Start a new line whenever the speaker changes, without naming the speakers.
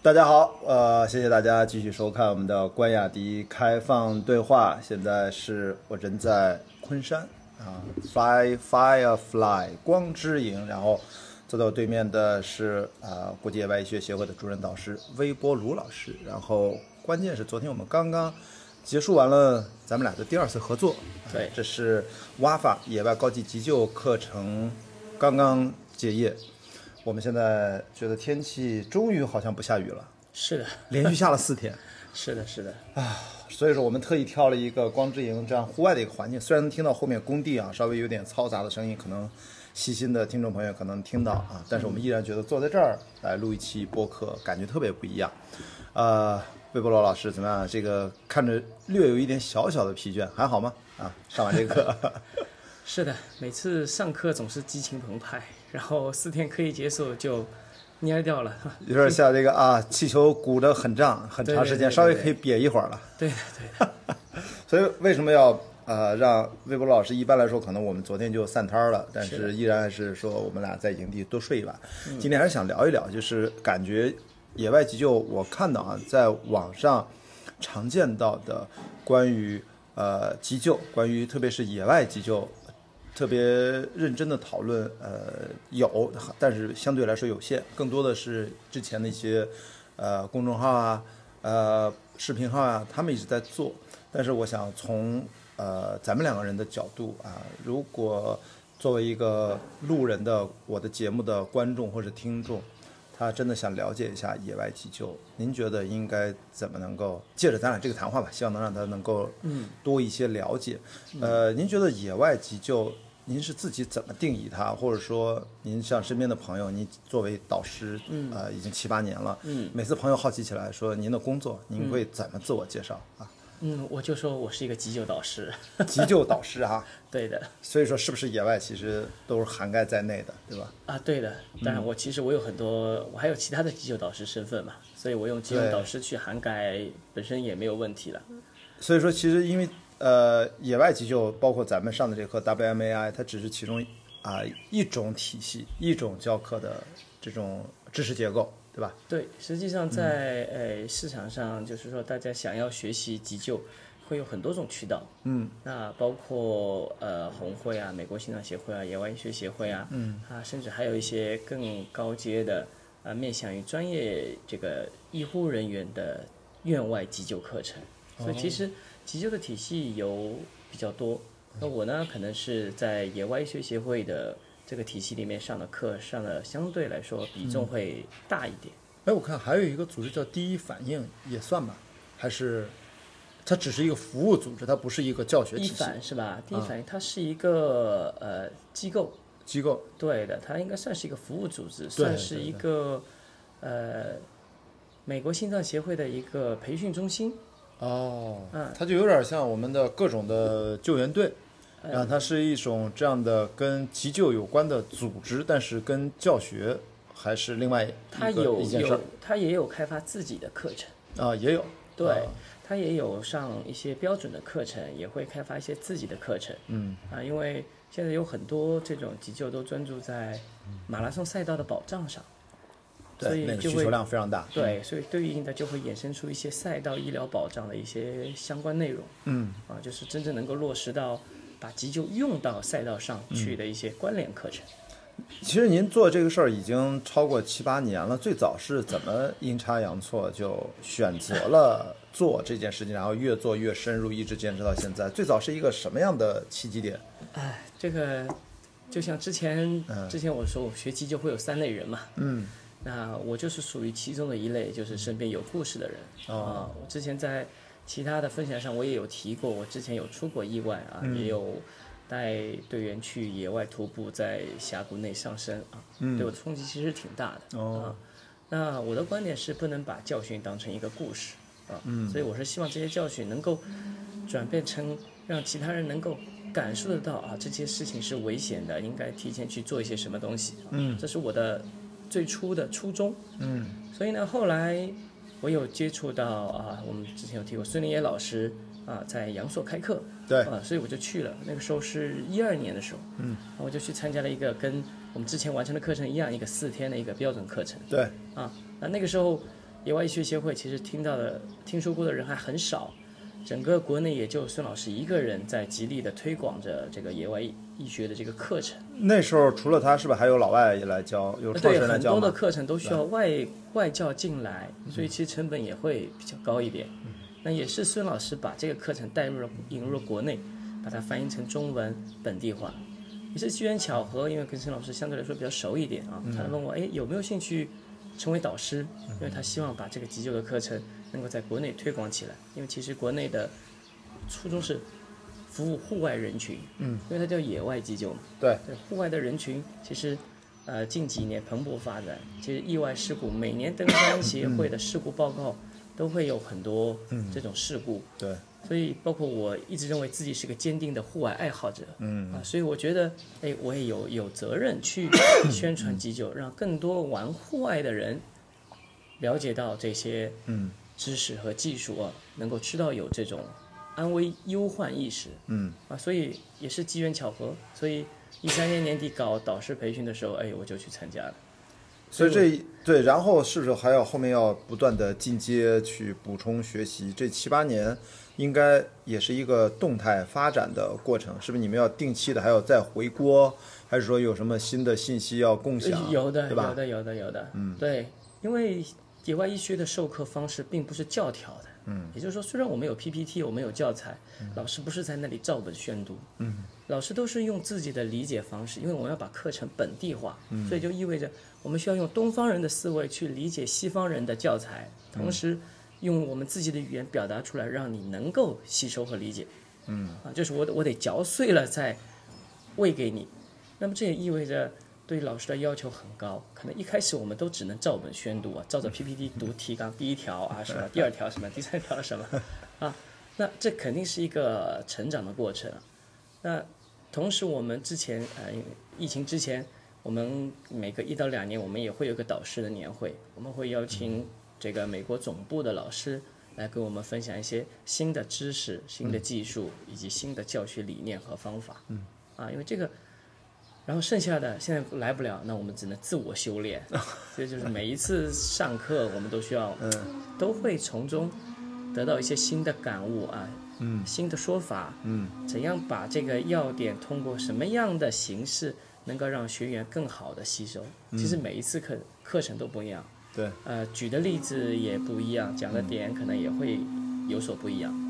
大家好，呃，谢谢大家继续收看我们的关雅迪开放对话。现在是我人在昆山啊，Fly Firefly 光之营，然后坐在我对面的是啊、国际野外医学协会的主任导师微波炉老师。然后关键是昨天我们刚刚结束完了咱们俩的第二次合作，啊
对
这是 WAFA 野外高级急救课程刚刚结业。我们现在觉得天气终于好像不下雨了，
是的，
连续下了四天，
是的，是的，
所以说我们特意挑了一个光之营这样户外的一个环境。虽然听到后面工地啊稍微有点嘈杂的声音，可能细心的听众朋友可能听到啊，但是我们依然觉得坐在这儿来录一期播客，感觉特别不一样。呃，魏博罗老师怎么样？这个看着略有一点小小的疲倦，还好吗？啊，上完这个课，
是的。每次上课总是激情澎湃，然后四天课一结束就蔫掉了。
有点像这个啊，气球鼓得很胀，很长时间，
对对对对
稍微可以憋一会儿了。
对的，对的，
所以为什么要呃让魏博老师？一般来说，可能我们昨天就散摊儿了，但是依然还是说我们俩在营地多睡一晚。今天还是想聊一聊，就是感觉野外急救，我看到啊，在网上常见到的关于呃急救，关于特别是野外急救。特别认真的讨论，呃，有，但是相对来说有限，更多的是之前的一些，呃，公众号啊，呃，视频号啊，他们一直在做。但是我想从呃咱们两个人的角度啊，如果作为一个路人的我的节目的观众或者听众，他真的想了解一下野外急救，您觉得应该怎么能够借着咱俩这个谈话吧，希望能让他能够嗯多一些了解。呃，您觉得野外急救？您是自己怎么定义它，或者说您像身边的朋友，您作为导师，嗯，呃，已经七八年了，嗯，每次朋友好奇起来说您的工作，您会怎么自我介绍啊？
嗯，我就说我是一个急救导师。
急救导师啊，
对的，
所以说是不是野外其实都是涵盖在内的，对吧？
啊，对的。当然，我其实我有很多，我还有其他的急救导师身份嘛，所以我用急救
对
导师去涵盖，本身也没有问题了。
所以说其实因为呃野外急救包括咱们上的这课 WMAI，它只是其中啊、一种体系，一种教课的这种知识结构，对吧？
对，实际上在、呃市场上，就是说大家想要学习急救，会有很多种渠道。嗯，那包括呃红会啊、美国心脏协会啊、野外医学协会啊，嗯，啊，甚至还有一些更高阶的啊、面向于专业这个医护人员的院外急救课程。所以其实急救的体系有比较多。那我呢，可能是在野外医学协会的这个体系里面上的课上的相对来说比重会大一点。
哎，我看还有一个组织叫第一反应，也算吧，还是它只是一个服务组织，它不是一个教学体
一
系嗯
反是吧？第一反应它是一个、呃机构，
机构。
对的，它应该算是一个服务组织，算是一个呃美国心脏协会的一个培训中心。
哦，
嗯
它就有点像我们的各种的救援队，
嗯
然后它是一种这样的跟急救有关的组织，但是跟教学还是另外一
它
个
有
一件事
有它也有开发自己的课程，
儿啊，也有
对，它也有上一些标准的课程，也会开发一些自己的课程。嗯啊，因为现在有很多这种急救都专注在马拉松赛道的保障上，所
对
以
那个
就
需
会
求量非常大，
对，所以对应的就会衍生出一些赛道医疗保障的一些相关内容。嗯，啊，就是真正能够落实到把急救用到赛道上去的一些关联课程。
其实您做这个事儿已经超过七八年了，最早是怎么阴差阳错就选择了做这件事情，然后越做越深入，一直坚持到现在？最早是一个什么样的契机点？
哎，这个就像之前之前我说，我学急救会有三类人嘛。嗯。那我就是属于其中的一类，就是身边有故事的人啊、我之前在其他的分享上我也有提过，我之前有出过意外啊，也有带队员去野外徒步，在峡谷内上升啊，对我的冲击其实挺大的、啊。那我的观点是不能把教训当成一个故事啊，所以我是希望这些教训能够转变成让其他人能够感受得到啊，这些事情是危险的，应该提前去做一些什么东西。嗯，这是我的最初的初衷。嗯，所以呢，后来我有接触到啊，我们之前有提过孙林野老师啊，在阳朔开课。
对
啊，所以我就去了。那个时候是一二年的时候，嗯，我就去参加了一个跟我们之前完成的课程一样，一个四天的一个标准课程。
对，
啊，那那个时候野外医学协会其实听到的、听说过的人还很少，整个国内也就孙老师一个人在极力的推广着这个野外医学的这个课程。
那时候除了他，是不是还有老外也来教，有创
呃对，
始人来
很
教
多的
吗？
课程都需要外外教进来，所
嗯
以其实成本也会比较高一点。那也是孙老师把这个课程带入了引入了国内，把它翻译成中文本地化。也是机缘巧合，因为跟孙老师相对来说比较熟一点啊，
嗯
他问我哎有没有兴趣成为导师，因为他希望把这个急救的课程能够在国内推广起来，因为其实国内的初衷是服务户外人群，嗯，因为它叫野外急救嘛，
对
对，户外的人群其实，呃，近几年蓬勃发展。其实意外事故，每年登山协会的事故报告都会有很多这种事故。
对，
所以包括我一直认为自己是个坚定的户外爱好者，嗯啊，所以我觉得，哎，我也有有责任去宣传急救，让更多玩户外的人了解到这些
嗯
知识和技术啊，能够知道有这种安危忧患意识，
嗯
啊，所以也是机缘巧合，所以一三年年底搞导师培训的时候，哎，我就去参加了。
所以这对，然后是不是还要后面要不断的进阶去补充学习？这七八年应该也是一个动态发展的过程，是不是？你们要定期的还要再回锅，还是说有什么新的信息要共享？
呃有的，
对吧
有的，有的，有的，嗯，对，因为野外医学的授课方式并不是教条的，嗯，也就是说，虽然我们有 PPT，我们有教材，老师不是在那里照本宣读，嗯，老师都是用自己的理解方式，因为我们要把课程本地化，所以就意味着我们需要用东方人的思维去理解西方人的教材，同时用我们自己的语言表达出来，让你能够吸收和理解，嗯，啊，就是我得我得嚼碎了再喂给你，那么这也意味着对老师的要求很高。可能一开始我们都只能照本宣读啊，照着 PPT 读提纲第一条啊什么，第二条什么，第三条什么啊，那这肯定是一个成长的过程。啊那同时我们之前呃疫情之前，我们每隔一到两年我们也会有个导师的年会，我们会邀请这个美国总部的老师。来跟我们分享一些新的知识、新的技术以及新的教学理念和方法。嗯，啊，因为这个然后剩下的现在来不了，那我们只能自我修 炼。所以就是每一次上课，我们都需要，都会从中得到一些新的感悟啊，嗯，新的说法，嗯，怎样把这个要点通过什么样的形式，能够让学员更好的吸收。其实每一次课课程都不一样，
对，
呃，举的例子也不一样，讲的点可能也会有所不一样。